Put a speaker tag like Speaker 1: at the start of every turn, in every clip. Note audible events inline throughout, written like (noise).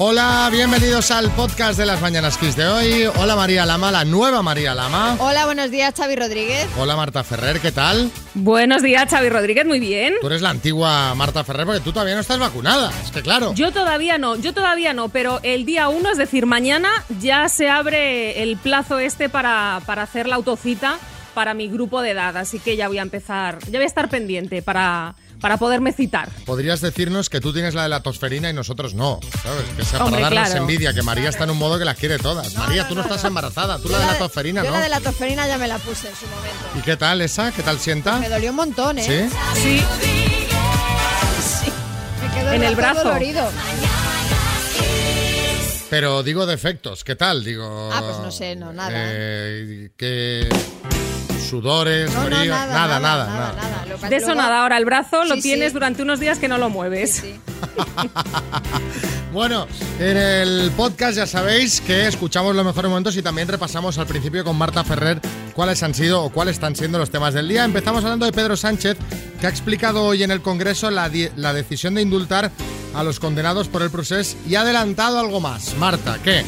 Speaker 1: Hola, bienvenidos al podcast de las Mañanas Kiss de hoy. Hola María Lama, la nueva María Lama.
Speaker 2: Hola, buenos días, Xavi Rodríguez.
Speaker 1: Hola Marta Ferrer, ¿qué tal?
Speaker 3: Buenos días, Xavi Rodríguez, muy bien.
Speaker 1: Tú eres la antigua Marta Ferrer porque tú todavía no estás vacunada, es que claro.
Speaker 3: Yo todavía no, yo todavía no, pero el día 1, es decir, mañana ya se abre el plazo este para, para hacer la autocita para mi grupo de edad, así que ya voy a empezar, ya voy a estar pendiente para, para poderme citar.
Speaker 1: Podrías decirnos que tú tienes la de la tosferina y nosotros no, ¿sabes? Que sea para
Speaker 3: Hombre,
Speaker 1: darnos
Speaker 3: claro.
Speaker 1: envidia, que María está en un modo que las quiere todas. María, tú no, estás embarazada, tú la de la tosferina,
Speaker 2: Yo
Speaker 1: ¿no?
Speaker 2: la de la tosferina ya me la puse en su momento.
Speaker 1: ¿Y qué tal esa? ¿Qué tal sienta?
Speaker 2: Me dolió un montón, ¿eh?
Speaker 1: Ah. ¿Sí?
Speaker 3: Sí,
Speaker 2: Me quedó
Speaker 3: En el brazo.
Speaker 2: dolorido.
Speaker 1: Pero digo defectos, ¿qué tal? Digo.
Speaker 2: Ah, pues no sé, no, nada.
Speaker 1: eh, que. Sudores,
Speaker 2: No, no,
Speaker 1: frío.
Speaker 2: nada,
Speaker 1: nada, nada, nada.
Speaker 2: Lo que-
Speaker 3: de eso
Speaker 2: luego-
Speaker 3: nada, ahora el brazo lo
Speaker 2: Sí,
Speaker 3: tienes
Speaker 2: sí.
Speaker 3: durante unos días que no lo mueves.
Speaker 2: Sí.
Speaker 1: Bueno, en el podcast ya sabéis que escuchamos los mejores momentos y también repasamos al principio con Marta Ferrer cuáles han sido o cuáles están siendo los temas del día. Empezamos hablando de Pedro Sánchez, que ha explicado hoy en el Congreso la, di- la decisión de indultar a los condenados por el proceso y ha adelantado algo más. Marta, ¿qué?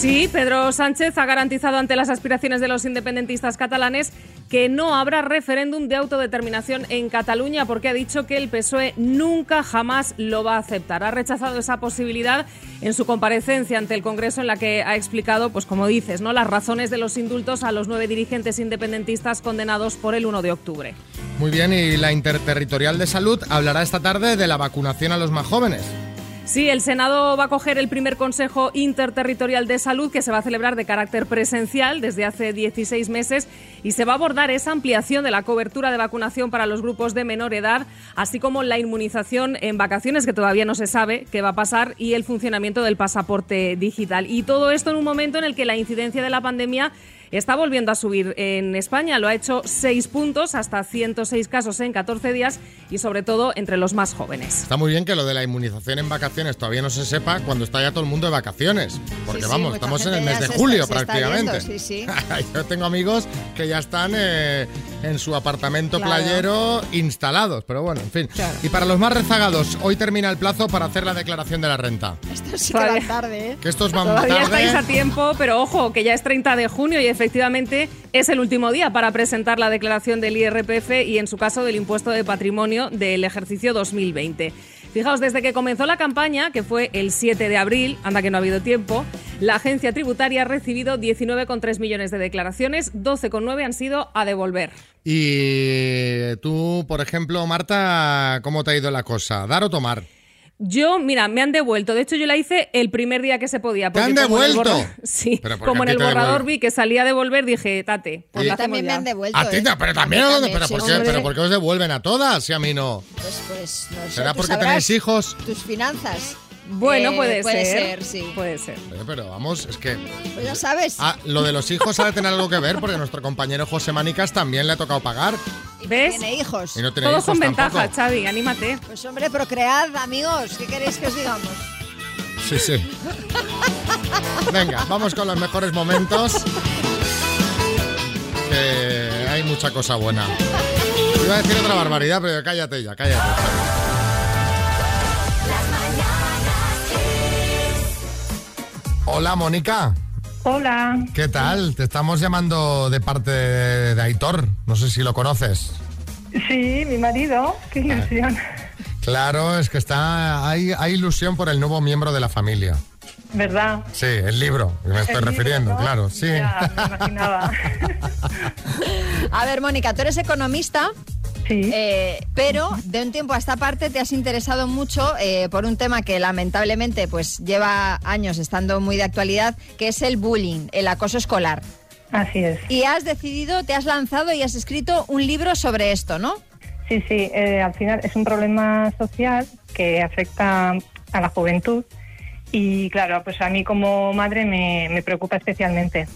Speaker 3: Sí, Pedro Sánchez ha garantizado ante las aspiraciones de los independentistas catalanes que no habrá referéndum de autodeterminación en Cataluña porque ha dicho que el PSOE E nunca jamás lo va a aceptar. Ha rechazado esa posibilidad en su comparecencia ante el Congreso en la que ha explicado, pues como dices, ¿no? las razones de los indultos a los nueve dirigentes independentistas condenados por el 1 de octubre.
Speaker 1: Muy bien, y la Interterritorial de Salud hablará esta tarde de la vacunación a los más jóvenes.
Speaker 3: Sí, el Senado va a coger el primer Consejo Interterritorial de Salud que se va a celebrar de carácter presencial desde hace 16 meses y se va a abordar esa ampliación de la cobertura de vacunación para los grupos de menor edad, así como la inmunización en vacaciones que todavía no se sabe qué va a pasar y el funcionamiento del pasaporte digital. Y todo esto en un momento en el que la incidencia de la pandemia está volviendo a subir en España. Lo ha hecho 6 puntos hasta 106 casos en 14 días y sobre todo entre los más jóvenes.
Speaker 1: Está muy bien que lo de la inmunización en vacaciones todavía no se sepa cuando está ya todo el mundo de vacaciones. Porque
Speaker 2: Sí, sí,
Speaker 1: vamos,
Speaker 2: mucha
Speaker 1: estamos en
Speaker 2: gente
Speaker 1: el mes
Speaker 2: ya
Speaker 1: de
Speaker 2: se
Speaker 1: julio
Speaker 2: está- se está
Speaker 1: prácticamente.
Speaker 2: yendo, sí, sí.
Speaker 1: (laughs) Yo tengo amigos que ya están eh, en su apartamento
Speaker 2: Claro.
Speaker 1: playero instalados, pero bueno, en fin.
Speaker 2: Claro.
Speaker 1: Y para los más rezagados, hoy termina el plazo para hacer la declaración de la renta.
Speaker 2: Esto sí que
Speaker 3: Todavía-
Speaker 2: va tarde, ¿eh?
Speaker 1: Que estos van
Speaker 3: Todavía
Speaker 1: tarde.
Speaker 3: estáis a tiempo, pero ojo, que ya es 30 de junio y efectivamente es el último día para presentar la declaración del IRPF y en su caso del impuesto de patrimonio del ejercicio 2020. Fijaos, desde que comenzó la campaña, que fue el 7 de abril, anda que no ha habido tiempo, la agencia tributaria ha recibido 19,3 millones de declaraciones, 12,9 han sido a devolver.
Speaker 1: Y tú, por ejemplo, Marta, ¿cómo te ha ido la cosa? ¿Dar o tomar?
Speaker 3: Yo, mira, me han devuelto. De hecho, yo la hice el primer día que se podía.
Speaker 1: ¿Te han
Speaker 3: porque como en el
Speaker 1: devuelto?
Speaker 3: borra- (laughs) Sí,
Speaker 1: Pero porque
Speaker 3: como
Speaker 1: a
Speaker 3: en
Speaker 1: ti
Speaker 3: el
Speaker 1: te
Speaker 3: borrador
Speaker 1: devuelven.
Speaker 3: vi que salía a devolver, dije, tate. pues
Speaker 1: Y-
Speaker 3: la hacemos
Speaker 2: También me
Speaker 3: ya.
Speaker 2: han devuelto.
Speaker 1: A ti,
Speaker 2: ¿eh?
Speaker 1: no, pero también,
Speaker 2: A mí
Speaker 1: ¿pero,
Speaker 2: sí,
Speaker 1: por qué,
Speaker 2: hombre.
Speaker 1: ¿pero por qué os devuelven a todas y a mí no?
Speaker 2: Pues, pues, no sé,
Speaker 1: ¿Será
Speaker 2: tú
Speaker 1: porque
Speaker 2: sabrás
Speaker 1: tenéis hijos?
Speaker 2: Tus finanzas.
Speaker 3: Bueno,
Speaker 2: Eh,
Speaker 3: puede,
Speaker 2: puede
Speaker 3: ser.
Speaker 2: ser, sí.
Speaker 3: Puede ser.
Speaker 1: Eh, Pero vamos, es que
Speaker 2: Pues ya sabes.
Speaker 1: ah, lo de los hijos ha de tener algo que ver porque nuestro compañero José Manicas también le ha tocado pagar
Speaker 3: ¿Ves?
Speaker 2: Tiene hijos.
Speaker 1: y no tiene hijos
Speaker 3: Todos con
Speaker 1: tampoco.
Speaker 3: ventajas, Xavi, anímate.
Speaker 2: Pues hombre, procread, amigos. ¿Qué queréis que os digamos?
Speaker 1: Sí, sí. Venga, vamos con los mejores momentos. Que hay mucha cosa buena. Iba a decir otra barbaridad, pero cállate ya, cállate. Hola, Mónica.
Speaker 4: Hola,
Speaker 1: ¿Qué tal? Te estamos llamando de parte de Aitor. No sé si lo conoces.
Speaker 4: sí, mi marido, qué ilusión. (laughs)
Speaker 1: Claro, es que está hay, hay ilusión por el nuevo miembro de la familia.
Speaker 4: ¿Verdad?
Speaker 1: Sí, el libro, me estoy
Speaker 4: El libro,
Speaker 1: refiriendo,
Speaker 4: ¿no?
Speaker 1: claro, sí.
Speaker 4: Ya, me imaginaba.
Speaker 2: A ver, Mónica, tú eres economista.
Speaker 4: Sí,
Speaker 2: Eh, pero de un tiempo a esta parte te has interesado mucho eh, por un tema que lamentablemente pues lleva años estando muy de actualidad, que es el bullying, el acoso escolar.
Speaker 4: así es.
Speaker 2: Y has decidido, te has lanzado y has escrito un libro sobre esto, ¿no?
Speaker 4: Sí, sí, eh, al final es un problema social que afecta a la juventud y claro, pues a mí como madre me, me preocupa especialmente.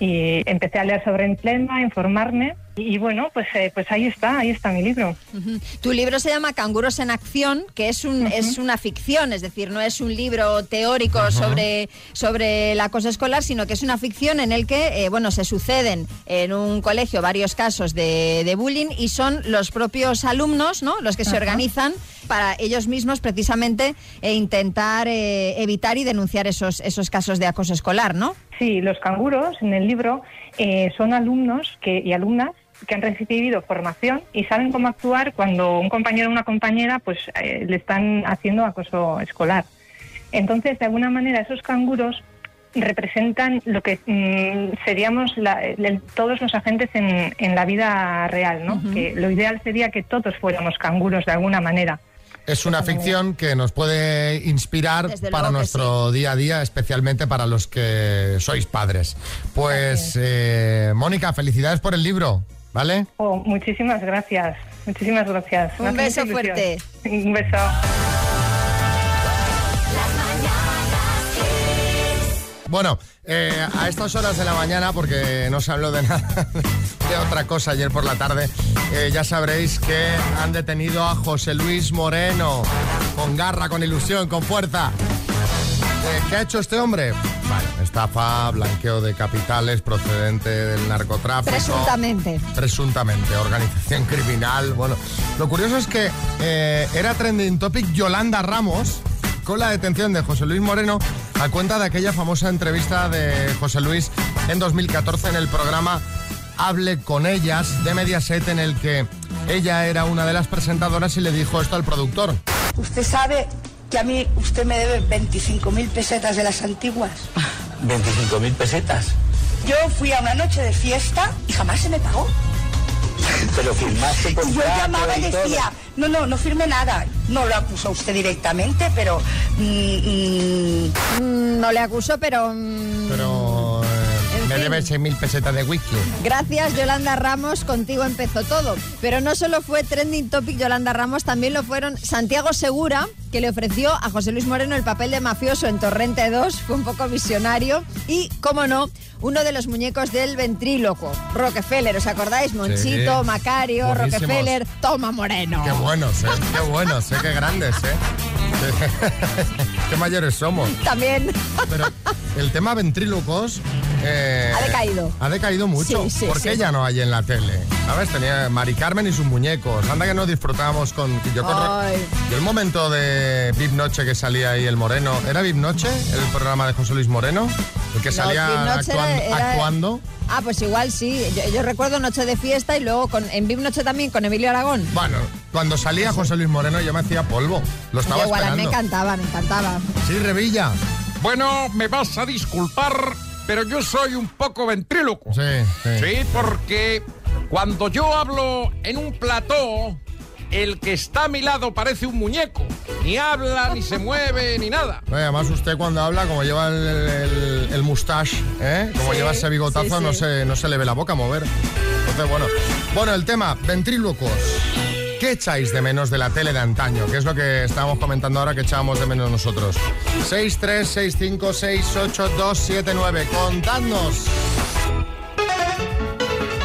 Speaker 4: Y empecé a leer sobre el tema, a informarme Y, y bueno, pues, eh, pues ahí está, ahí está mi libro.
Speaker 2: Ujú. Tu libro se llama Canguros en Acción, que es, un, es una ficción, es decir, no es un libro teórico sobre, sobre el acoso escolar, sino que es una ficción en el que eh, bueno, se suceden en un colegio varios casos de, de bullying y son los propios alumnos ¿no? los que se organizan para ellos mismos precisamente e intentar eh, evitar y denunciar esos, esos casos de acoso escolar, ¿no?
Speaker 4: Sí, los canguros en el libro eh, son alumnos que, y alumnas que han recibido formación y saben cómo actuar cuando un compañero o una compañera pues eh, le están haciendo acoso escolar. Entonces, de alguna manera, esos canguros representan lo que mm, seríamos la- el- todos los agentes en, en la vida real, ¿no? Que lo ideal sería que todos fuéramos canguros de alguna manera.
Speaker 1: Es una ficción que nos puede inspirar
Speaker 2: Desde
Speaker 1: para
Speaker 2: luego que
Speaker 1: nuestro día a día, especialmente para los que sois padres. Pues, eh, Mónica, felicidades por el libro, ¿vale?
Speaker 4: Oh, muchísimas gracias, muchísimas gracias.
Speaker 2: Un
Speaker 4: Me hace
Speaker 2: beso
Speaker 4: mucha ilusión.
Speaker 2: fuerte.
Speaker 4: Un beso.
Speaker 1: Bueno, eh, a estas horas de la mañana, porque no se habló de nada, (laughs) de otra cosa ayer por la tarde, eh, ya sabréis que han detenido a José Luis Moreno, con garra, con ilusión, con fuerza. Eh, ¿Qué ha hecho este hombre? Bueno, estafa, blanqueo de capitales procedente del narcotráfico.
Speaker 2: Presuntamente.
Speaker 1: Presuntamente, organización criminal. Bueno, lo curioso es que eh, era trending topic Yolanda Ramos con la detención de José Luis Moreno a cuenta de aquella famosa entrevista de José Luis en 2014 en el programa Hable con ellas de Mediaset en el que ella era una de las presentadoras y le dijo esto al productor.
Speaker 5: Usted sabe que a mí usted me debe 25.000 pesetas de las antiguas.
Speaker 6: 25.000 pesetas.
Speaker 5: Yo fui a una noche de fiesta y jamás se me pagó.
Speaker 6: Pero firmaste por
Speaker 5: Y yo llamaba y decía, no, no, no firme nada. No lo acusó usted directamente, pero... mm, mm,
Speaker 2: Mm, no le acuso, pero... mm,
Speaker 1: Pero eh,
Speaker 2: En
Speaker 1: me
Speaker 2: fin.
Speaker 1: debe 6.000 pesetas de whisky.
Speaker 2: Gracias Yolanda Ramos, contigo empezó todo. Pero no solo fue trending topic Yolanda Ramos, también lo fueron Santiago Segura, que le ofreció a José Luis Moreno el papel de mafioso en Torrente 2, fue un poco visionario, y, como no, uno de los muñecos del ventríloco, Rockefeller, ¿os acordáis? Monchito, Macario,
Speaker 1: Buenísimos.
Speaker 2: Rockefeller, toma Moreno.
Speaker 1: Qué buenos, ¿eh? Qué buenos, ¿eh? Qué grandes, ¿eh? (laughs) Qué mayores somos.
Speaker 2: También
Speaker 1: Pero el tema ventrílocos... eh,
Speaker 2: Ha decaído.
Speaker 1: Ha decaído mucho.
Speaker 2: Sí, sí,
Speaker 1: ¿Por qué
Speaker 2: sí.
Speaker 1: ya no hay en la tele? ¿Sabes? Tenía Mari Carmen y sus muñecos. Anda que no disfrutábamos con... Yo, con-
Speaker 2: Ay.
Speaker 1: yo el momento de VIP Noche que salía ahí el Moreno... ¿Era VIP Noche el programa de José Luis Moreno? El que salía
Speaker 2: No, Big Noche era-
Speaker 1: actuan-
Speaker 2: era-
Speaker 1: actuando.
Speaker 2: Ah, pues igual sí. Yo, yo recuerdo Noche de Fiesta y luego con, en Big Noche también con Emilio Aragón.
Speaker 1: Bueno, cuando salía José Luis Moreno yo me hacía polvo. Lo estaba
Speaker 2: Yo igual, a
Speaker 1: esperando.
Speaker 2: mí me encantaba, me encantaba.
Speaker 1: Sí, Revilla.
Speaker 7: Bueno, me vas a disculpar, pero yo soy un poco ventríloco.
Speaker 1: Sí, sí.
Speaker 7: Sí, porque cuando yo hablo en un plató, el que está a mi lado parece un muñeco. Ni habla, ni se mueve, ni nada.
Speaker 1: Oye, Además, usted cuando habla, como lleva el, el- el mustache, ¿eh? como
Speaker 2: Sí,
Speaker 1: lleva ese bigotazo,
Speaker 2: sí, sí.
Speaker 1: No, se, no se le ve la boca mover. Entonces, bueno. Bueno, el tema, ventrílocos. ¿Qué echáis de menos de la tele de antaño? Que es lo que estábamos comentando ahora que echábamos de menos nosotros. 6, 3, 6, 5, 6, 8, 2, 7, 9. Contadnos.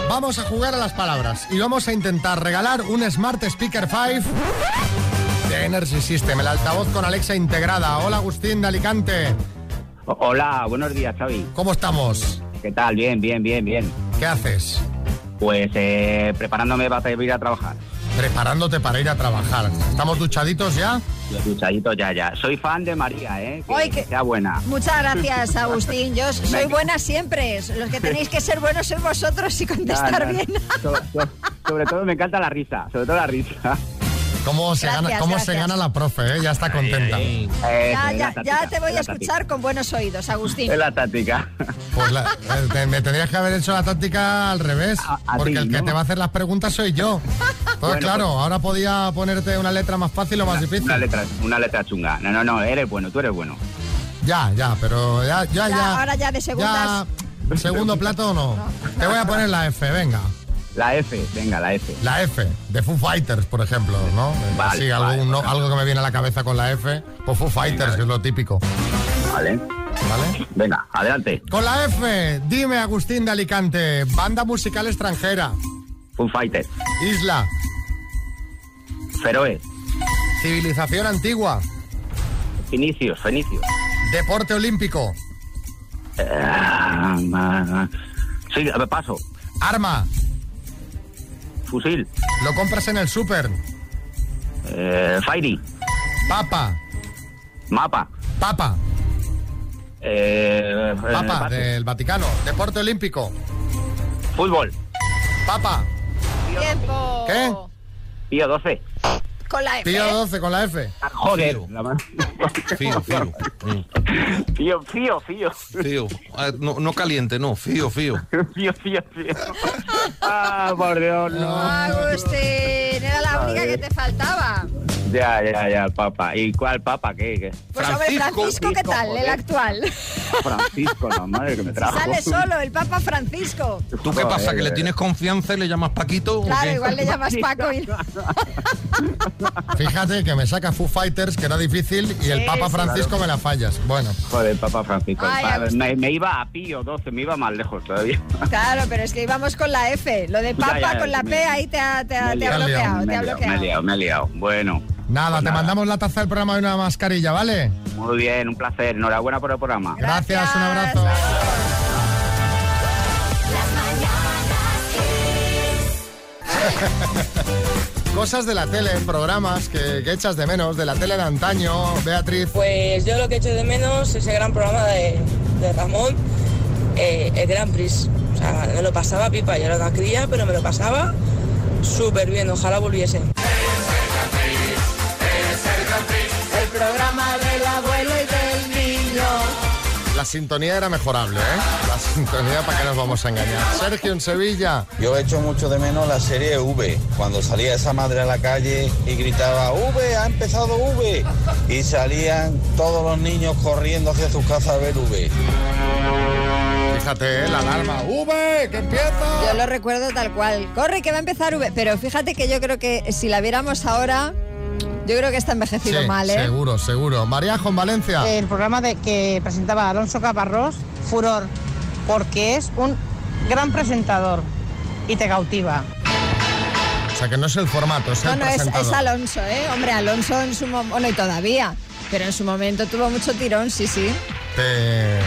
Speaker 1: Vamos a jugar a las palabras y vamos a intentar regalar un Smart Speaker 5 de Energy System, el altavoz con Alexa integrada. Hola Agustín de Alicante,
Speaker 6: Hola, buenos días, Xavi.
Speaker 1: ¿cómo estamos?
Speaker 6: ¿Qué tal? Bien, bien, bien, bien.
Speaker 1: ¿Qué haces?
Speaker 6: Pues eh, preparándome para ir a trabajar.
Speaker 1: Preparándote para ir a trabajar. ¿Estamos duchaditos ya?
Speaker 6: Los duchaditos ya, ya. Soy fan de María, ¿eh? Que,
Speaker 2: Ay, que-
Speaker 6: sea buena.
Speaker 2: Muchas gracias,
Speaker 1: (laughs)
Speaker 2: Agustín. Yo soy buena siempre. Los que tenéis que ser buenos sois vosotros y contestar
Speaker 6: No, no,
Speaker 2: bien.
Speaker 6: so- so- sobre todo me encanta la risa, sobre todo la risa. (laughs)
Speaker 1: ¿Cómo se,
Speaker 2: Gracias,
Speaker 1: gana, cómo se
Speaker 2: gracias.
Speaker 1: gana la profe? eh? Ya está contenta.
Speaker 6: Eh,
Speaker 2: Ya,
Speaker 6: es
Speaker 2: ya,
Speaker 6: la táctica,
Speaker 2: ya te voy
Speaker 6: es
Speaker 2: a
Speaker 6: la táctica.
Speaker 2: escuchar con buenos oídos, Agustín.
Speaker 6: Es la táctica.
Speaker 1: Pues la- eh, te- me tendrías que haber hecho la táctica al revés,
Speaker 6: A- a
Speaker 1: porque
Speaker 6: ti,
Speaker 1: el que
Speaker 6: ¿no?
Speaker 1: te va a hacer las preguntas soy yo. Entonces,
Speaker 6: Bueno, pues-
Speaker 1: claro, ahora podía ponerte una letra más fácil o más difícil.
Speaker 6: Una letra, una letra chunga. No, no, no, eres bueno, tú eres bueno.
Speaker 1: Ya, ya, pero ya, ya,
Speaker 2: Ya,
Speaker 1: ya.
Speaker 2: ahora ya de segundas.
Speaker 1: ya, segundo plato o no. Te voy a poner la F, venga.
Speaker 6: La F, venga, la F.
Speaker 1: La F, de Foo Fighters, por ejemplo, ¿no?
Speaker 6: Vale,
Speaker 1: sí, algo,
Speaker 6: vale,
Speaker 1: no-
Speaker 6: vale.
Speaker 1: algo que me viene a la cabeza con la F. Pues Foo Fighters, que es lo típico,
Speaker 6: Vale.
Speaker 1: ¿vale?
Speaker 6: Venga, adelante.
Speaker 1: Con la F, dime, Agustín de Alicante, banda musical extranjera.
Speaker 6: Un fighter.
Speaker 1: Isla.
Speaker 6: Feroe.
Speaker 1: Civilización antigua.
Speaker 6: Inicios, fenicios.
Speaker 1: Deporte olímpico.
Speaker 6: Ah, ma- sí, a ver, paso.
Speaker 1: Arma.
Speaker 6: Fusil.
Speaker 1: Lo compras en el súper.
Speaker 6: Eh, Fairy.
Speaker 1: Papa.
Speaker 6: Mapa.
Speaker 1: Papa.
Speaker 6: Eh, eh,
Speaker 1: Papa
Speaker 6: pase.
Speaker 1: del Vaticano. Deporte olímpico.
Speaker 6: Fútbol.
Speaker 1: Papa.
Speaker 2: Tiempo.
Speaker 1: ¿Qué?
Speaker 6: Pío 12.
Speaker 2: Con la F.
Speaker 1: Tío
Speaker 2: ¿eh?
Speaker 1: 12 con la F.
Speaker 6: Ah, Joder.
Speaker 7: Fío.
Speaker 6: La mano.
Speaker 7: Fío, fío. Mm,
Speaker 6: Fío, fío, fío.
Speaker 7: Fío. Ah, No, no caliente, no. Fío, fío.
Speaker 6: Fío, fío, fío. Ah, por Dios, no.
Speaker 2: Agustín, era la única que te faltaba.
Speaker 6: Ya, ya, ya, papa. ¿Y cuál papa? ¿Qué? qué?
Speaker 2: Pues hombre,
Speaker 7: Francisco,
Speaker 2: Francisco, ¿qué tal? El
Speaker 6: joder.
Speaker 2: actual.
Speaker 6: Francisco, la madre
Speaker 2: (laughs)
Speaker 6: que me trajo.
Speaker 2: Sale solo el Papa Francisco.
Speaker 7: ¿Tú qué pasa? ¿Que le tienes confianza y le llamas Paquito? o
Speaker 2: Claro,
Speaker 7: qué?
Speaker 2: igual le llamas Paco y...
Speaker 1: Fíjate que me saca Foo Fighters, que era difícil, y el
Speaker 2: Sí,
Speaker 1: Papa
Speaker 2: sí.
Speaker 1: Francisco me la fallas. Bueno,
Speaker 6: Joder, Papa Francisco.
Speaker 2: Ay,
Speaker 6: Pa-
Speaker 2: Agustín.
Speaker 6: me, me iba a Pío 12, me iba más lejos todavía.
Speaker 2: (laughs) Claro, pero es que íbamos con la F. Lo de Papa
Speaker 6: Ya, ya,
Speaker 2: con la P
Speaker 6: me-
Speaker 2: ahí te ha, te ha-
Speaker 6: me
Speaker 2: te ha
Speaker 1: he liado,
Speaker 2: bloqueado.
Speaker 6: me,
Speaker 2: Te
Speaker 6: he liado, me
Speaker 2: ha
Speaker 6: he
Speaker 2: bloqueado.
Speaker 6: liado, me he liado. Bueno,
Speaker 1: nada,
Speaker 6: Pues
Speaker 1: te
Speaker 6: nada.
Speaker 1: mandamos la taza del programa y una mascarilla, ¿vale?
Speaker 6: muy bien, un placer. Enhorabuena por el programa.
Speaker 1: Gracias, un
Speaker 2: Gracias.
Speaker 1: abrazo. (laughs) Cosas de la tele, programas que, que echas de menos, de la tele de antaño, Beatriz.
Speaker 8: Pues yo lo que echo de menos es ese gran programa de, de Ramón, eh, el Gran Prix. O sea, me lo pasaba pipa, yo era una cría, pero me lo pasaba súper bien, ojalá volviese.
Speaker 1: La sintonía era mejorable, ¿eh? La sintonía, ¿para qué nos vamos a engañar? Sergio en Sevilla.
Speaker 9: Yo echo mucho de menos la serie V, cuando salía esa madre a la calle y gritaba "Uh, V, ha empezado V, y salían todos los niños corriendo hacia sus casas a ver V.
Speaker 1: Fíjate, ¿eh? la alarma. ¡V! ¡Que empieza!
Speaker 2: Yo lo recuerdo tal cual. Corre, que va a empezar V. Pero fíjate que yo creo que si la viéramos ahora, yo creo que está envejecido
Speaker 1: Sí,
Speaker 2: mal, ¿eh?
Speaker 1: Seguro, seguro. Mariajo en Valencia.
Speaker 10: El programa Eh, de, que presentaba Alonso Caparrós, Furor, porque es un gran presentador y te cautiva.
Speaker 1: O sea, que no es el formato, es
Speaker 2: No,
Speaker 1: el
Speaker 2: no, es,
Speaker 1: presentador.
Speaker 2: es Alonso, ¿eh? Hombre, Alonso en su momento, bueno, y todavía, pero en su momento tuvo mucho tirón, sí, sí.
Speaker 1: Te-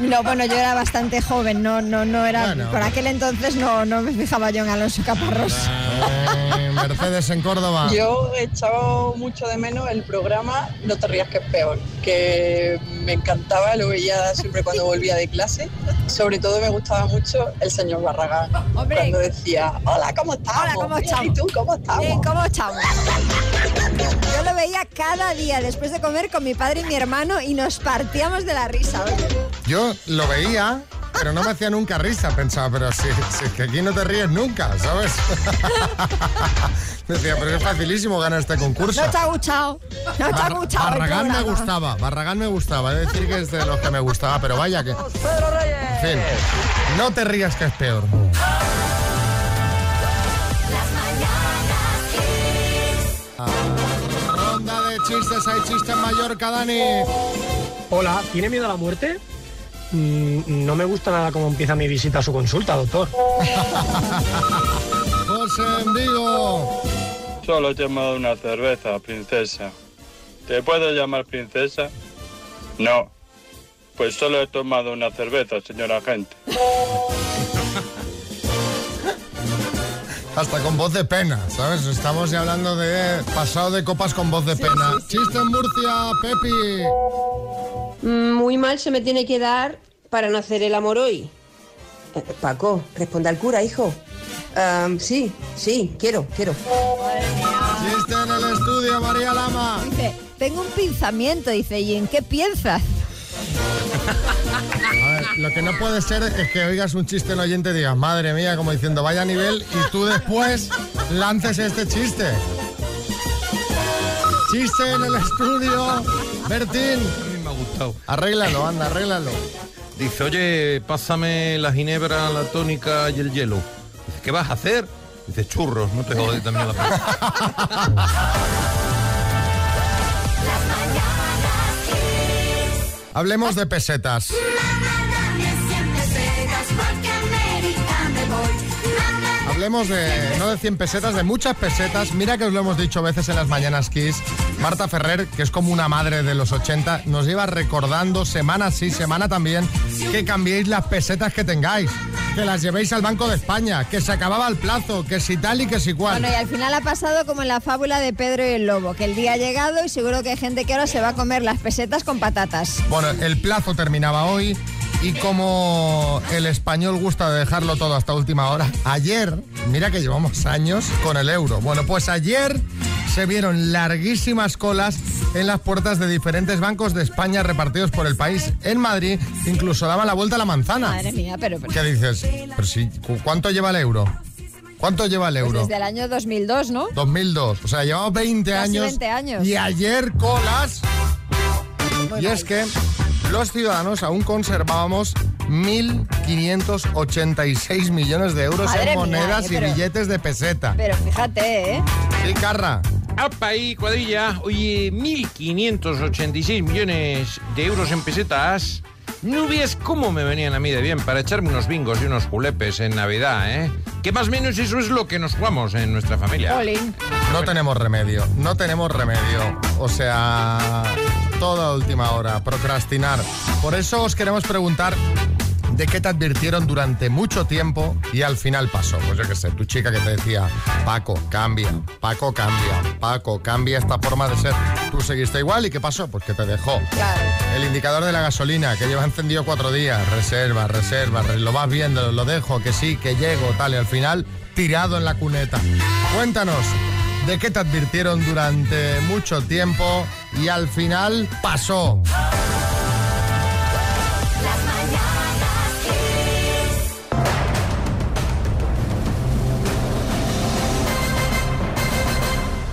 Speaker 2: No, bueno, yo era bastante joven, no, no, no era.
Speaker 1: Bueno.
Speaker 2: por aquel entonces no, no me fijaba yo en Alonso Caparrós.
Speaker 1: Eh, Mercedes en
Speaker 2: Ah.
Speaker 1: Córdoba.
Speaker 8: Yo he echado mucho de menos el programa No te rías que es peor, que me encantaba, lo veía siempre cuando volvía de clase. Sobre todo me gustaba mucho el señor Barragán,
Speaker 2: Hombre. cuando
Speaker 8: decía, hola, ¿cómo estamos?
Speaker 2: Hola, ¿cómo estamos?
Speaker 8: ¿Y tú cómo
Speaker 2: Eh, ¿Cómo chavo? Yo lo veía cada día después de comer con mi padre y mi hermano y nos partíamos de la risa. oye.
Speaker 1: Yo lo veía, pero no me hacía nunca risa. Pensaba, pero si, si es que aquí no te ríes nunca, ¿sabes? (laughs) Decía, pero es facilísimo ganar este concurso.
Speaker 2: No te ha gustado. No te ha
Speaker 1: Bar-
Speaker 2: gustado. el
Speaker 1: Barragán me
Speaker 2: programa.
Speaker 1: gustaba, Barragán me gustaba. He de decir que es de los que me gustaba, pero vaya que. En fin, no te rías que es peor. Ah, Ronda de chistes, hay chistes en Mallorca, Dani.
Speaker 11: Hola, ¿tiene miedo a la muerte? Mm, no me gusta nada cómo empieza mi visita a su consulta, doctor.
Speaker 1: José en Vigo.
Speaker 8: Solo te he tomado una cerveza, princesa. ¿Te puedo llamar princesa? No. Pues solo he tomado una cerveza, señora gente.
Speaker 1: Hasta con voz de pena, ¿sabes? Estamos ya hablando de pasado de copas con voz de pena. Chiste en Murcia, Pepi.
Speaker 10: Muy mal se me tiene que dar para no hacer el amor hoy. Paco, responde al cura, hijo. Ah, sí, sí, quiero, quiero.
Speaker 1: Chiste en el estudio, María Lama.
Speaker 2: Dice, tengo un pinzamiento, dice, ¿y en qué piensas?
Speaker 1: A ver, lo que no puede ser es que oigas un chiste en oyente y digas, madre mía, como diciendo, vaya nivel, y tú después lances este chiste. Chiste en el estudio, Bertín.
Speaker 7: A mí me ha gustado.
Speaker 1: Arréglalo, anda, arréglalo.
Speaker 7: Dice, oye, pásame la ginebra, la tónica y el hielo. Dice, ¿qué vas a hacer? Dice, churros, no te jodas también la pasta.
Speaker 1: Hablemos de pesetas. hablemos de, no de 100 pesetas, de muchas pesetas. Mira que os lo hemos dicho veces en las mañanas Kiss. Marta Ferrer, que es como una madre de los 80, nos lleva recordando semana sí, semana también, que cambiéis las pesetas que tengáis, que las llevéis al Banco de España, que se acababa el plazo, que si tal y que si cual.
Speaker 2: Bueno, y al final ha pasado como en la fábula de Pedro y el Lobo, que el día ha llegado y seguro que hay gente que ahora se va a comer las pesetas con patatas.
Speaker 1: Bueno, el plazo terminaba hoy y como el español gusta de dejarlo todo hasta última hora, ayer, mira que llevamos años con el euro. Bueno, pues ayer se vieron larguísimas colas en las puertas de diferentes bancos de España repartidos por el país. En Madrid incluso daban la vuelta a la manzana.
Speaker 2: Madre mía, pero... pero-
Speaker 1: ¿Qué dices? Pero sí, ¿cu- ¿Cuánto lleva el euro? ¿Cuánto lleva el
Speaker 2: pues
Speaker 1: euro?
Speaker 2: desde el año 2002, ¿no?
Speaker 1: 2002. O sea, llevamos 20
Speaker 2: Casi
Speaker 1: años.
Speaker 2: 20 años.
Speaker 1: Y ayer colas. y es que los ciudadanos aún conservábamos 1.586 millones de euros
Speaker 2: Madre mía,
Speaker 1: en monedas
Speaker 2: eh, pero-
Speaker 1: y billetes de peseta.
Speaker 2: Pero fíjate, ¿eh?
Speaker 1: Sí, Carra.
Speaker 7: Apa ahí, cuadrilla. Oye, 1.586 millones de euros en pesetas. No veas cómo me venían a mí de bien para echarme unos bingos y unos julepes en Navidad, ¿eh? Que más o menos eso es lo que nos jugamos en nuestra familia.
Speaker 1: No tenemos remedio, no tenemos remedio. O sea, toda última hora, procrastinar. Por eso os queremos preguntar de qué te advirtieron durante mucho tiempo y al final pasó. Pues yo qué sé, tu chica que te decía, Paco, cambia, Paco, cambia, Paco, cambia esta forma de ser. Tú seguiste igual y ¿qué pasó? Pues que te dejó. El indicador de la gasolina que lleva encendido cuatro días, reserva, reserva, re- lo vas viendo, lo dejo, que sí, que llego, tal, y al final tirado en la cuneta. Cuéntanos, ¿de qué te advirtieron durante mucho tiempo y al final pasó?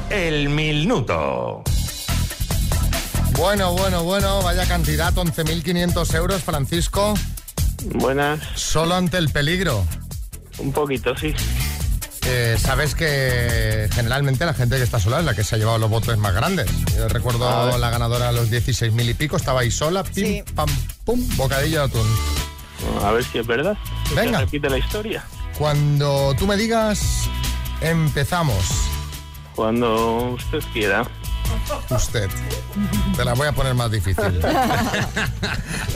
Speaker 12: El minuto.
Speaker 1: Bueno, bueno, bueno, vaya cantidad, 11.500 euros, Francisco.
Speaker 13: Buenas.
Speaker 1: Solo ante el peligro.
Speaker 13: Un poquito, sí.
Speaker 1: Eh, Sabes que generalmente la gente que está sola es la que se ha llevado los votos más grandes. Yo recuerdo
Speaker 13: A ver.
Speaker 1: la ganadora a los 16.000 y pico, estaba ahí sola, pim, pam, pum, bocadillo de atún.
Speaker 13: A ver si es verdad. Que
Speaker 1: Venga.
Speaker 13: Se repite la historia.
Speaker 1: Cuando tú me digas, empezamos.
Speaker 13: Cuando usted quiera.
Speaker 1: Usted. Te la voy a poner más difícil.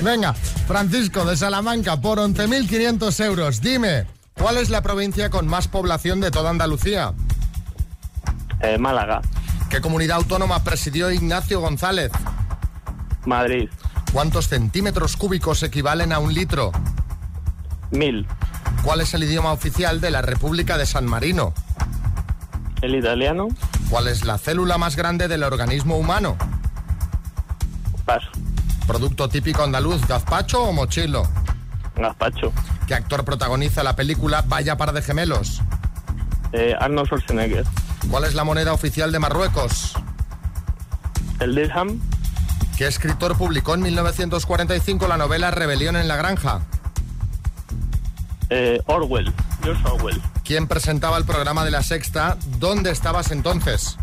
Speaker 1: Venga, Francisco de Salamanca, por 11.500 euros, dime, ¿cuál es la provincia con más población de toda Andalucía?
Speaker 13: Eh, Málaga,
Speaker 1: ¿Qué comunidad autónoma presidió Ignacio González?
Speaker 13: Madrid,
Speaker 1: ¿Cuántos centímetros cúbicos equivalen a un litro?
Speaker 13: Mil.
Speaker 1: ¿Cuál es el idioma oficial de la República de San Marino?
Speaker 13: el italiano,
Speaker 1: ¿Cuál es la célula más grande del organismo humano?
Speaker 13: Paso.
Speaker 1: ¿Producto típico andaluz, gazpacho o mochilo?
Speaker 13: Gazpacho.
Speaker 1: ¿Qué actor protagoniza la película Vaya par de gemelos?
Speaker 13: Eh, Arnold Schwarzenegger,
Speaker 1: ¿Cuál es la moneda oficial de Marruecos?
Speaker 13: el Dirham,
Speaker 1: ¿Qué escritor publicó en 1945 la novela Rebelión en la Granja?
Speaker 13: eh, Orwell, George Orwell,
Speaker 1: ¿Quién presentaba el programa de la sexta? ¿Dónde estabas entonces?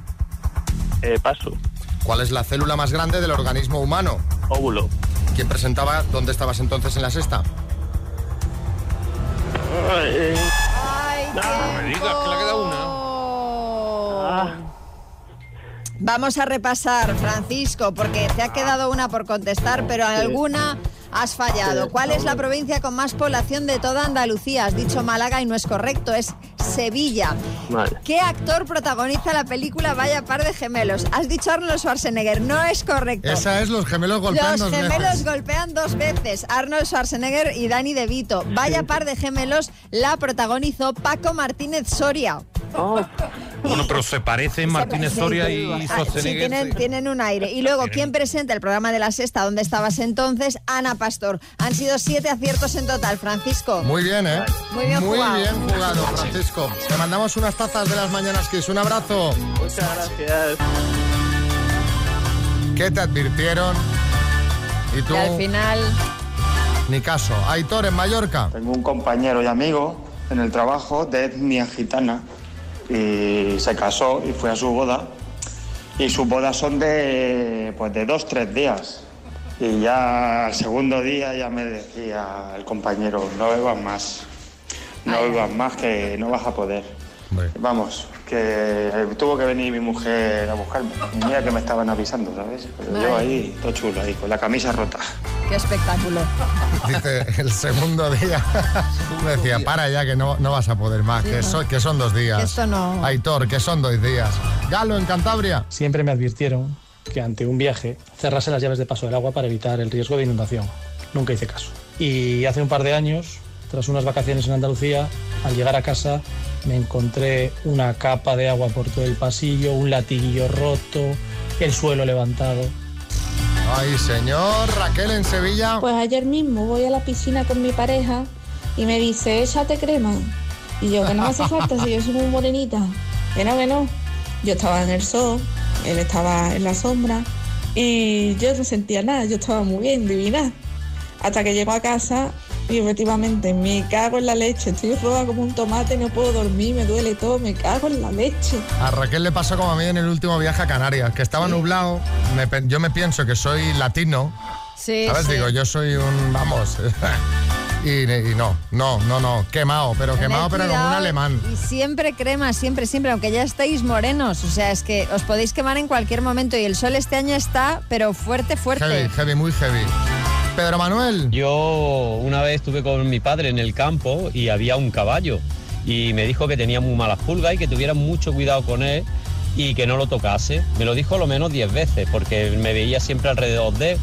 Speaker 13: eh, Paso,
Speaker 1: ¿Cuál es la célula más grande del organismo humano?
Speaker 13: Óvulo.
Speaker 1: ¿Quién presentaba dónde estabas entonces en la sexta?
Speaker 13: Eh,
Speaker 7: me digas que le ha quedado una.
Speaker 2: Vamos a repasar, Francisco, porque te ha quedado una por contestar, pero en alguna has fallado. ¿Cuál es la provincia con más población de toda Andalucía? Has dicho Málaga y no es correcto, es Sevilla.
Speaker 13: Vale.
Speaker 2: ¿Qué actor protagoniza la película Vaya par de gemelos? Has dicho Arnold Schwarzenegger, no es correcto.
Speaker 1: Esa es los gemelos golpean
Speaker 2: Los
Speaker 1: dos veces.
Speaker 2: gemelos golpean dos veces, Arnold Schwarzenegger y Danny DeVito. Vaya par de gemelos la protagonizó Paco Martínez Soria.
Speaker 1: Oh,
Speaker 12: Bueno, pero se parecen Martínez
Speaker 2: Sí,
Speaker 12: Soria
Speaker 2: sí,
Speaker 12: y
Speaker 2: Ah, sí,
Speaker 12: Schwarzenegger.
Speaker 2: tienen, tienen un aire. Y luego, ¿quién presenta el programa de la sexta? ¿Dónde estabas entonces? Ana Pastor. Han sido siete aciertos en total, Francisco.
Speaker 1: Muy bien, ¿eh?
Speaker 2: Muy bien jugado.
Speaker 1: bien jugado, Francisco. Te mandamos unas tazas de las mañanas, Kiss. Un abrazo.
Speaker 13: Muchas gracias.
Speaker 1: ¿Qué te advirtieron? Y tú,
Speaker 2: Y al final,
Speaker 1: ni caso. Aitor en
Speaker 2: (laughs)
Speaker 1: Mallorca.
Speaker 14: Tengo un compañero y amigo en el trabajo de etnia gitana y se casó y fue a su boda y sus bodas son de pues de dos tres días y ya al segundo día ya me decía el compañero no bebas más No vivas más que no vas a poder. Vamos, que tuvo que venir mi mujer a buscarme. Y mira que me estaban avisando, ¿sabes? Pero yo
Speaker 2: Vale.
Speaker 14: ahí, todo chulo, ahí, con la camisa rota.
Speaker 2: Qué espectáculo.
Speaker 1: Dice, el segundo día decía, para ya que no, no vas a poder más,
Speaker 2: Sí,
Speaker 1: que,
Speaker 2: no.
Speaker 1: so- que son dos días.
Speaker 2: Que Ah. esto no-
Speaker 1: Aitor, que son dos días. Galo en Cantabria.
Speaker 11: Siempre me advirtieron que ante un viaje cerrase las llaves de paso del agua para evitar el riesgo de inundación. Nunca hice caso. Y hace un par de años, tras unas vacaciones en Andalucía, al llegar a casa me encontré una capa de agua por todo el pasillo, un latiguillo roto, el suelo levantado.
Speaker 1: Ay, señor, Raquel en Sevilla.
Speaker 15: Pues ayer mismo voy a la piscina con mi pareja y me dice, échate crema. Y yo, que no me hace falta si yo soy muy morenita. Que no, que no. Yo estaba en el sol, él estaba en la sombra y yo no sentía nada, yo estaba muy bien, divina. Hasta que llego a casa y efectivamente me cago en la leche, estoy roja como un tomate, no puedo dormir, me duele todo, me cago en la leche.
Speaker 1: A Raquel le pasó como a mí en el último viaje a Canarias, que estaba nublado. me pe- yo me pienso que soy latino.
Speaker 2: Sí,
Speaker 1: ¿Sabes?
Speaker 2: sí.
Speaker 1: Digo, yo soy un. Vamos. (laughs) y, y no, no, no, no. Quemado, pero
Speaker 2: Tened
Speaker 1: quemado, pero como un
Speaker 2: cuidado
Speaker 1: alemán.
Speaker 2: Y siempre crema, siempre, siempre, aunque ya estáis morenos. O sea, es que os podéis quemar en cualquier momento y el sol este año está, pero fuerte, fuerte.
Speaker 1: Heavy, heavy, muy heavy. Pedro Manuel.
Speaker 16: Yo una vez estuve con mi padre en el campo y había un caballo y me dijo que tenía muy malas pulgas y que tuviera mucho cuidado con él y que no lo tocase. Me lo dijo lo menos 10 veces porque me veía siempre alrededor de él.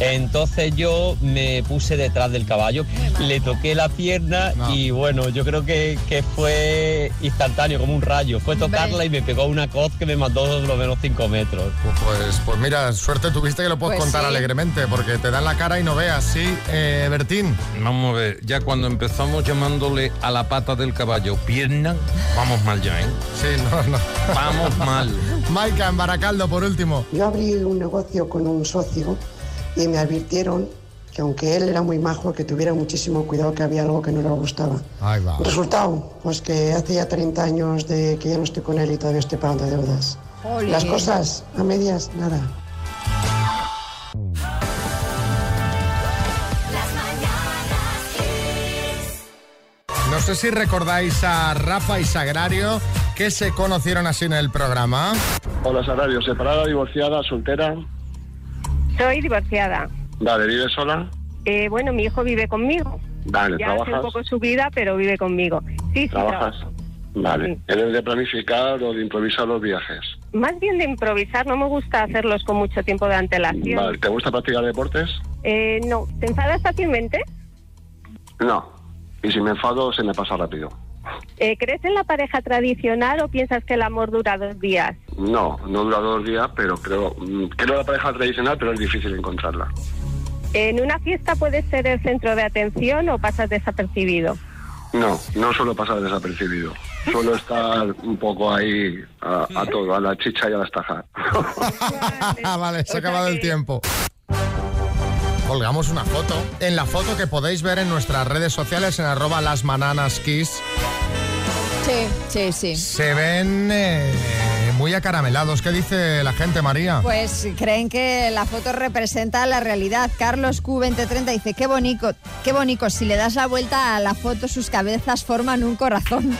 Speaker 16: Entonces yo me puse detrás del caballo, le toqué la pierna y bueno, yo creo que, que fue instantáneo, como un rayo. Fue tocarla y me pegó una coz que me mató lo menos 5 metros.
Speaker 1: Pues, pues mira, suerte tuviste que lo puedes
Speaker 16: Pues
Speaker 1: contar
Speaker 16: sí.
Speaker 1: alegremente, porque te dan la cara y no veas, sí, eh, Bertín. (laughs)
Speaker 7: Vamos a ver, ya cuando empezamos llamándole a la pata del caballo pierna, vamos mal ya, ¿eh?
Speaker 1: Sí, no, no.
Speaker 7: Vamos mal.
Speaker 1: Maika en Baracaldo, por último.
Speaker 17: Yo abrí un negocio con un socio y me advirtieron que aunque él era muy majo, que tuviera muchísimo cuidado, que había algo que no le gustaba.
Speaker 1: Ahí va.
Speaker 17: Resultado, pues que hace ya 30 años de que ya no estoy con él y todavía estoy pagando deudas.
Speaker 2: Jolín.
Speaker 17: Las cosas a medias, nada.
Speaker 1: No sé si recordáis a Rafa y Sagrario, que se conocieron así en el programa.
Speaker 18: Hola, Sarario. ¿Separada, divorciada, soltera?
Speaker 19: Soy divorciada.
Speaker 18: Vale, ¿vives sola?
Speaker 19: Eh, bueno, mi hijo vive conmigo.
Speaker 18: Vale,
Speaker 19: ya hace un
Speaker 18: Ah, ¿trabajas?
Speaker 19: poco su vida, pero vive conmigo. Sí, sí,
Speaker 18: ¿Trabajas?
Speaker 19: trabajo.
Speaker 18: Vale. ¿Eres de planificar o de improvisar los viajes?
Speaker 19: Más bien de improvisar, no me gusta hacerlos con mucho tiempo de antelación.
Speaker 18: Vale. ¿Te gusta practicar deportes?
Speaker 19: Eh, no, ¿te enfadas fácilmente?
Speaker 18: No. Y si me enfado, se me pasa rápido.
Speaker 19: Eh, ¿Crees en la pareja tradicional o piensas que el amor dura dos días?
Speaker 18: No, no dura dos días, pero creo... mm, Creo la pareja tradicional, pero es difícil encontrarla.
Speaker 19: En una fiesta puedes ser el centro de atención o pasas desapercibido.
Speaker 18: No, no suelo pasar desapercibido. Suelo estar un poco ahí a, a todo, a la chicha y a las tajas.
Speaker 1: vale, se ha acabado el tiempo. Colgamos una foto. En la foto que podéis ver en nuestras redes sociales, en arroba lasbananaskiss,
Speaker 2: Sí, sí, sí.
Speaker 1: se ven eh, muy acaramelados. ¿Qué dice la gente, María?
Speaker 2: Pues creen que la foto representa la realidad. Carlos Q2030 dice, qué bonito, qué bonito, si le das la vuelta a la foto sus cabezas forman un corazón.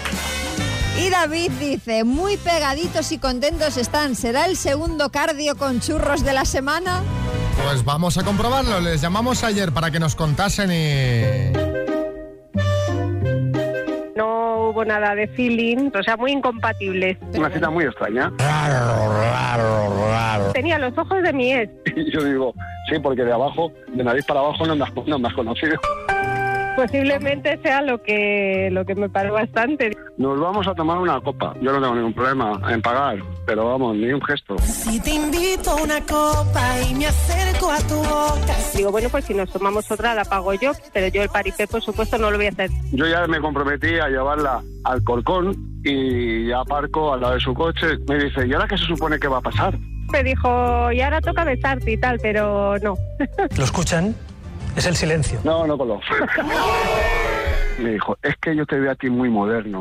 Speaker 2: Y David dice, muy pegaditos y contentos están, ¿será el segundo cardio con churros de la semana?
Speaker 1: Pues vamos a comprobarlo. Les llamamos ayer para que nos contasen y...
Speaker 19: No hubo nada de feeling, o sea, muy incompatibles.
Speaker 18: Una cita muy extraña.
Speaker 19: Tenía los ojos de mi ex.
Speaker 18: (laughs) Y yo digo, sí, porque de abajo, de nariz para abajo, no me has, no me has conocido. (laughs)
Speaker 19: Posiblemente sea lo que, lo que me paró bastante.
Speaker 18: Nos vamos a tomar una copa. Yo no tengo ningún problema en pagar, pero vamos, ni un gesto.
Speaker 19: Si te invito a una copa y me acerco a tu boca. Digo, bueno, pues si nos tomamos otra la pago yo, pero yo el paripé, por supuesto, no lo voy a hacer.
Speaker 18: Yo ya me comprometí a llevarla al Corcón y ya aparco al lado de su coche. Me dice, ¿y ahora qué se supone que va a pasar?
Speaker 19: Me dijo, y ahora toca besarte y tal, pero no. (laughs)
Speaker 11: ¿Lo escuchan? Es el silencio.
Speaker 18: No, no coló. Me dijo, es que yo te veo a ti muy moderno.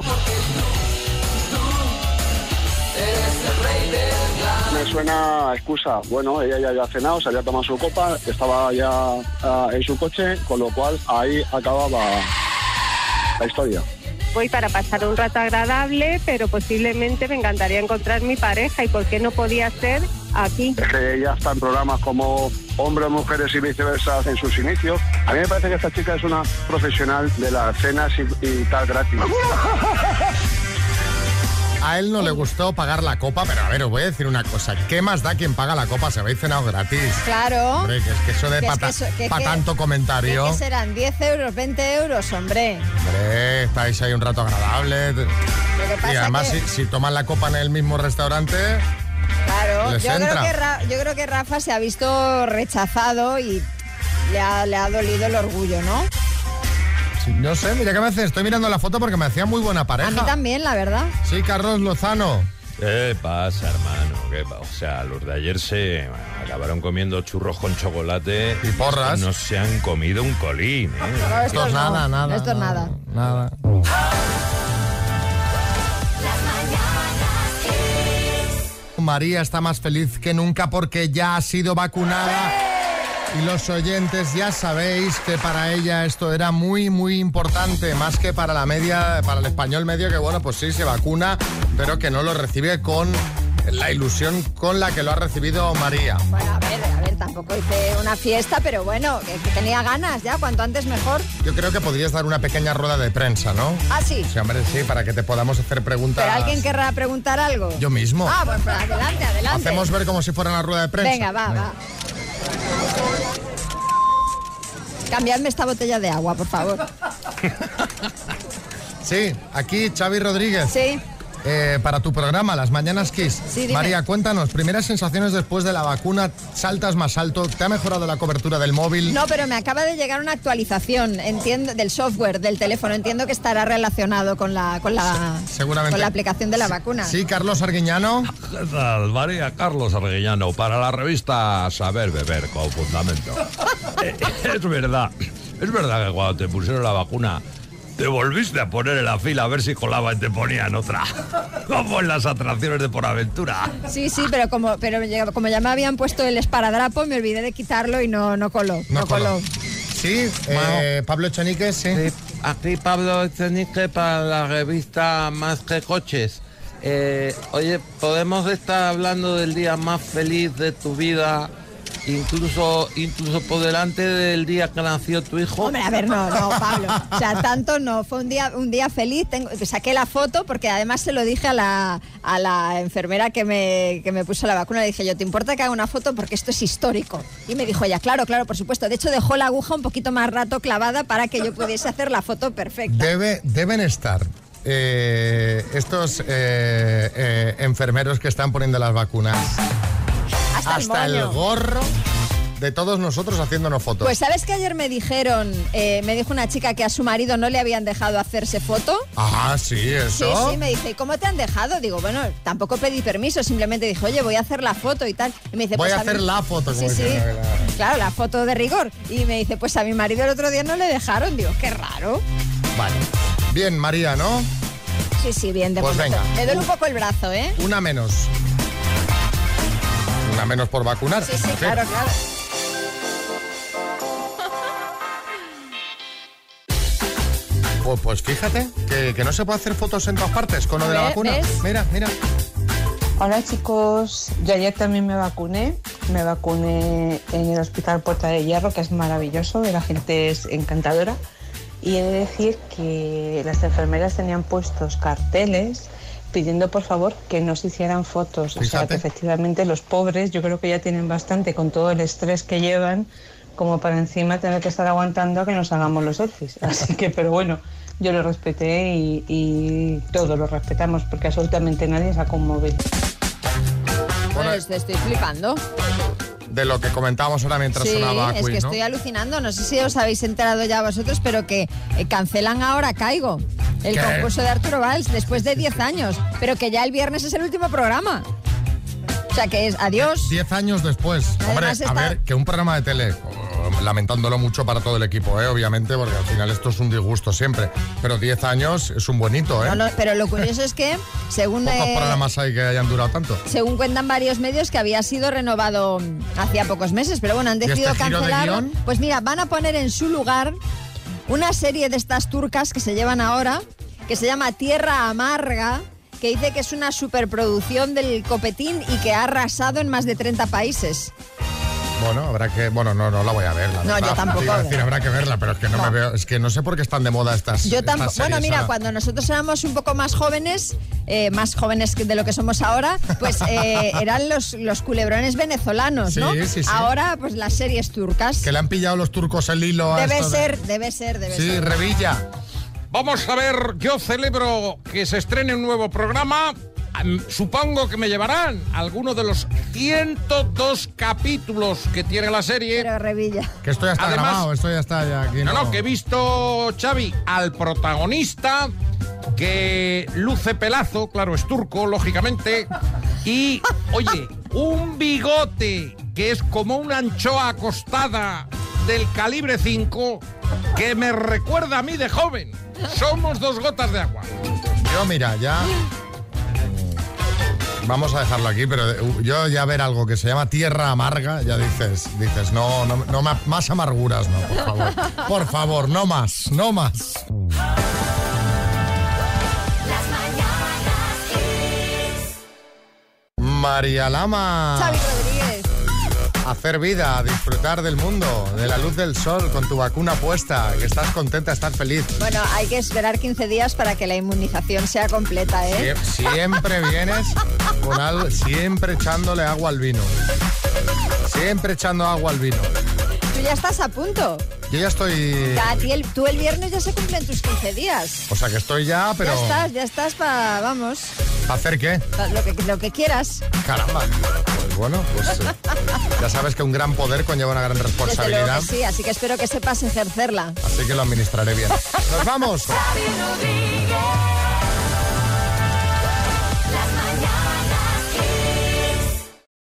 Speaker 18: Me suena a excusa. Bueno, ella ya había cenado, se había tomado su copa, estaba ya ah, en su coche, con lo cual ahí acababa. la historia.
Speaker 19: Voy para pasar un rato agradable, pero posiblemente me encantaría encontrar mi pareja y por qué no podía ser aquí.
Speaker 18: Es que ella está en programas como Hombres, Mujeres y Viceversa en sus inicios. A mí me parece que esta chica es una profesional de las cenas y, y tal gratis.
Speaker 1: A él no le gustó pagar la copa, pero a ver, os voy a decir una cosa. ¿Qué más da quien paga la copa si habéis cenado gratis?
Speaker 2: Claro.
Speaker 1: Hombre, que es que eso de
Speaker 2: Que es
Speaker 1: para
Speaker 2: que eso- que- que-
Speaker 1: tanto comentario.
Speaker 2: ¿Qué serán? ¿10 euros, 20 euros, hombre?
Speaker 1: Hombre, estáis ahí un rato agradable.
Speaker 2: pasa
Speaker 1: y además,
Speaker 2: que-
Speaker 1: si, si toman la copa en el mismo restaurante,
Speaker 2: Claro,
Speaker 1: Les
Speaker 2: yo creo,
Speaker 1: entra.
Speaker 2: que Ra- yo creo que Rafa se ha visto rechazado y le ha, le ha dolido el orgullo, ¿no?
Speaker 1: sí, no sé, mira qué me hace. Estoy mirando la foto porque me hacía muy buena
Speaker 2: A mí
Speaker 1: pareja.
Speaker 2: también, la verdad.
Speaker 1: Sí, Carlos Lozano.
Speaker 12: ¿Qué pasa, hermano? ¿Qué pa- O sea, los de ayer se bueno, acabaron comiendo churros con chocolate y
Speaker 1: porras.
Speaker 12: No se han comido un colín, ¿eh?
Speaker 2: No,
Speaker 1: Esto es
Speaker 2: Ah, no,
Speaker 1: nada, nada,
Speaker 2: Esto es
Speaker 1: nada.
Speaker 2: nada.
Speaker 1: Nada. María está más feliz que nunca porque ya ha sido vacunada. Y los oyentes ya sabéis que para ella esto era muy, muy importante, más que para la media, para el español medio, que bueno, pues sí, se vacuna, pero que no lo recibe con la ilusión con la que lo ha recibido María.
Speaker 2: Bueno, a ver, a ver, tampoco hice una fiesta, pero bueno, que, que tenía ganas ya, cuanto antes mejor.
Speaker 1: Yo creo que podrías dar una pequeña rueda de prensa, ¿no?
Speaker 2: Ah, sí.
Speaker 1: Sí, hombre, sí, para que te podamos hacer preguntas.
Speaker 2: ¿Pero alguien querrá preguntar algo?
Speaker 1: Yo mismo.
Speaker 2: Ah, pues pues, adelante, adelante.
Speaker 1: Hacemos ver como si fuera una rueda de prensa.
Speaker 2: Venga, va, va. Cambiadme esta botella de agua,
Speaker 1: (laughs)
Speaker 2: por favor.
Speaker 1: Sí, aquí Xavi Rodríguez.
Speaker 2: Sí.
Speaker 1: Eh, para tu programa, Las Mañanas Kiss.
Speaker 2: Sí, dime.
Speaker 1: María, cuéntanos, primeras sensaciones después de la vacuna, saltas más alto, ¿te ha mejorado la cobertura del móvil?
Speaker 2: No, pero me acaba de llegar una actualización entiendo, del software, del teléfono. Entiendo que estará relacionado con la, con la,
Speaker 1: seguramente.
Speaker 2: con la aplicación de la vacuna.
Speaker 1: Sí, Carlos Arguiñano.
Speaker 12: ¿Qué tal, María Carlos Arguillano? Para la revista Saber Beber con Fundamento. Eh, es verdad, es verdad que cuando te pusieron la vacuna te volviste a poner en la fila a ver si colaba y te ponían otra. (laughs) Como en las atracciones de Por Aventura.
Speaker 2: Sí, sí, pero como, pero ya- como ya me habían puesto el esparadrapo, me olvidé de quitarlo y no, no coló.
Speaker 1: No
Speaker 2: No, coló.
Speaker 1: coló. Sí, eh, Pablo Chanique, sí.
Speaker 20: Aquí Pablo Echenique para la revista Más que Coches. Eh, oye, podemos estar hablando del día más feliz de tu vida, incluso, incluso por delante del día que nació tu hijo.
Speaker 2: Hombre, a ver, Pues no, no, Pablo. O sea, tanto no. Fue un día, un día feliz. Tengo- pues saqué la foto porque además se lo dije a la, a la enfermera que me, que me puso la vacuna. Le dije, yo, ¿te importa que haga una foto? Porque esto es histórico. Y me dijo ella, claro, claro, por supuesto. De hecho, dejó la aguja un poquito más rato clavada para que yo pudiese hacer la foto perfecta.
Speaker 1: Debe, deben estar eh, estos eh, eh, enfermeros que están poniendo las vacunas
Speaker 2: Hasta, el moño.
Speaker 1: gorro de todos nosotros haciéndonos fotos.
Speaker 2: Pues sabes que ayer me dijeron, eh, me dijo una chica que a su marido no le habían dejado hacerse foto.
Speaker 1: ah, sí, eso.
Speaker 2: Sí, sí, me dice, ¿y cómo te han dejado? Digo, bueno, tampoco pedí permiso, simplemente dije, oye, voy a hacer la foto y tal. Y me dice,
Speaker 1: Voy
Speaker 2: "Pues
Speaker 1: a
Speaker 2: mí-".
Speaker 1: hacer la foto.
Speaker 2: Sí,
Speaker 1: como
Speaker 2: sí.
Speaker 1: dicen, la verdad.
Speaker 2: Claro, la foto de rigor. Y me dice, pues a mi marido el otro día no le dejaron. Digo, qué raro.
Speaker 1: Vale. Bien, María, ¿no?
Speaker 2: Sí, sí, bien, de
Speaker 1: Pues
Speaker 2: momento.
Speaker 1: venga.
Speaker 2: Me duele un poco el brazo, ¿eh?
Speaker 1: Una menos. Una menos por vacunar.
Speaker 2: Sí, sí, claro, claro.
Speaker 1: Pues, pues fíjate que, que no se puede hacer fotos en todas partes con lo de la
Speaker 21: Ve-
Speaker 1: vacuna.
Speaker 21: ¿ves?
Speaker 1: Mira, mira.
Speaker 21: Hola chicos, yo ayer también me vacuné, me vacuné en el Hospital Puerta de Hierro, que es maravilloso, la gente es encantadora, y he de decir que las enfermeras tenían puestos carteles pidiendo por favor que no se hicieran fotos, o sea
Speaker 22: Fíjate.
Speaker 21: que efectivamente los pobres yo creo que ya tienen bastante con todo el estrés que llevan como para encima tener que estar aguantando a que nos hagamos los selfies, (laughs) así que pero bueno. Yo lo respeté y, y todos lo respetamos porque absolutamente nadie sacó un móvil.
Speaker 2: Pues te estoy flipando.
Speaker 1: De lo que comentábamos ahora mientras
Speaker 2: Sí,
Speaker 1: sonaba
Speaker 2: es
Speaker 1: Queen,
Speaker 2: que
Speaker 1: ¿no?
Speaker 2: estoy alucinando. No sé si os habéis enterado ya vosotros, pero que eh, cancelan ahora Caigo, el
Speaker 1: ¿Qué?
Speaker 2: concurso de Arturo Valls, después de 10 años. Pero que ya el viernes es el último programa. O sea que es adiós.
Speaker 1: Diez años después. Hombre,
Speaker 2: Además
Speaker 1: a
Speaker 2: está-
Speaker 1: ver, que un programa de tele, oh, lamentándolo mucho para todo el equipo, ¿eh? obviamente, porque al final esto es un disgusto siempre. Pero diez años es un bonito, ¿eh?
Speaker 2: No, no, pero lo curioso es que, según,
Speaker 1: Pocos
Speaker 2: eh,
Speaker 1: programas hay que hayan durado tanto.
Speaker 2: según cuentan varios medios, que había sido renovado hacía pocos meses, pero bueno, han
Speaker 1: ¿Y este
Speaker 2: decidido
Speaker 1: giro de
Speaker 2: cancelarlo.
Speaker 1: guión?
Speaker 2: pues mira, van a poner en su lugar una serie de estas turcas que se llevan ahora, que se llama Tierra Amarga, que dice que es una superproducción del copetín y que ha arrasado en más de 30 países.
Speaker 1: Bueno, habrá que. Bueno, no, no la voy a ver. La
Speaker 2: No,
Speaker 1: verdad.
Speaker 2: yo tampoco.
Speaker 1: Te iba a decir, habrá que verla, pero es que no, me veo. Es que no sé por qué están de moda estas.
Speaker 2: Yo
Speaker 1: estas
Speaker 2: tampoco. Bueno,
Speaker 1: series
Speaker 2: mira,
Speaker 1: ahora.
Speaker 2: cuando nosotros éramos un poco más jóvenes, eh, más jóvenes que- de lo que somos ahora, pues
Speaker 1: (laughs)
Speaker 2: eh, eran los, los culebrones venezolanos,
Speaker 1: Sí,
Speaker 2: ¿no?
Speaker 1: sí, sí.
Speaker 2: Ahora, pues las series turcas.
Speaker 1: Que le han pillado los turcos el hilo a
Speaker 2: Debe
Speaker 1: esto de-
Speaker 2: ser, debe ser, debe
Speaker 1: Sí,
Speaker 2: ser.
Speaker 1: Revilla.
Speaker 7: Vamos a ver, yo celebro que se estrene un nuevo programa. Am- Supongo que me llevarán alguno de los 102 capítulos que tiene la serie. Pero
Speaker 2: Revilla.
Speaker 1: Que esto ya está
Speaker 7: Además-
Speaker 1: grabado, esto ya está ya aquí.
Speaker 7: No, no, que he visto, Xavi, al protagonista que luce pelazo, claro, es turco, lógicamente. Y, oye, un bigote que es como una anchoa acostada del calibre 5 que me recuerda a mí de joven. Somos dos gotas de agua.
Speaker 1: Yo, mira, ya. mm, Vamos a dejarlo aquí, pero eh, yo ya ver algo que se llama tierra amarga, ya dices, dices, no, no, no ma- más amarguras, no, por favor. Por favor, no más, no más. María Lama.
Speaker 2: Xavi Rodríguez.
Speaker 1: Hacer vida, disfrutar del mundo, de la luz del sol, con tu vacuna puesta, que estás contenta, estás feliz.
Speaker 2: Bueno, hay que esperar 15 días para que la inmunización sea completa, ¿eh?
Speaker 1: Sie- Siempre vienes con algo, siempre echándole agua al vino. Siempre echando agua al vino.
Speaker 2: Tú ya estás a punto.
Speaker 1: Yo ya estoy.
Speaker 2: Ya, a ti el- tú el viernes ya se cumplen tus 15 días.
Speaker 1: O sea que estoy ya, pero.
Speaker 2: Ya estás, ya estás para, vamos,
Speaker 1: ¿Hacer qué?
Speaker 2: pa lo, que, lo que quieras.
Speaker 1: Caramba. Pues bueno, pues. eh, ya sabes que un gran poder conlleva una gran
Speaker 2: Desde luego
Speaker 1: responsabilidad.
Speaker 2: que sí, así que espero que sepas ejercerla. (laughs)
Speaker 1: Así que lo administraré bien. ¡Nos vamos!
Speaker 3: Xavi Rodríguez.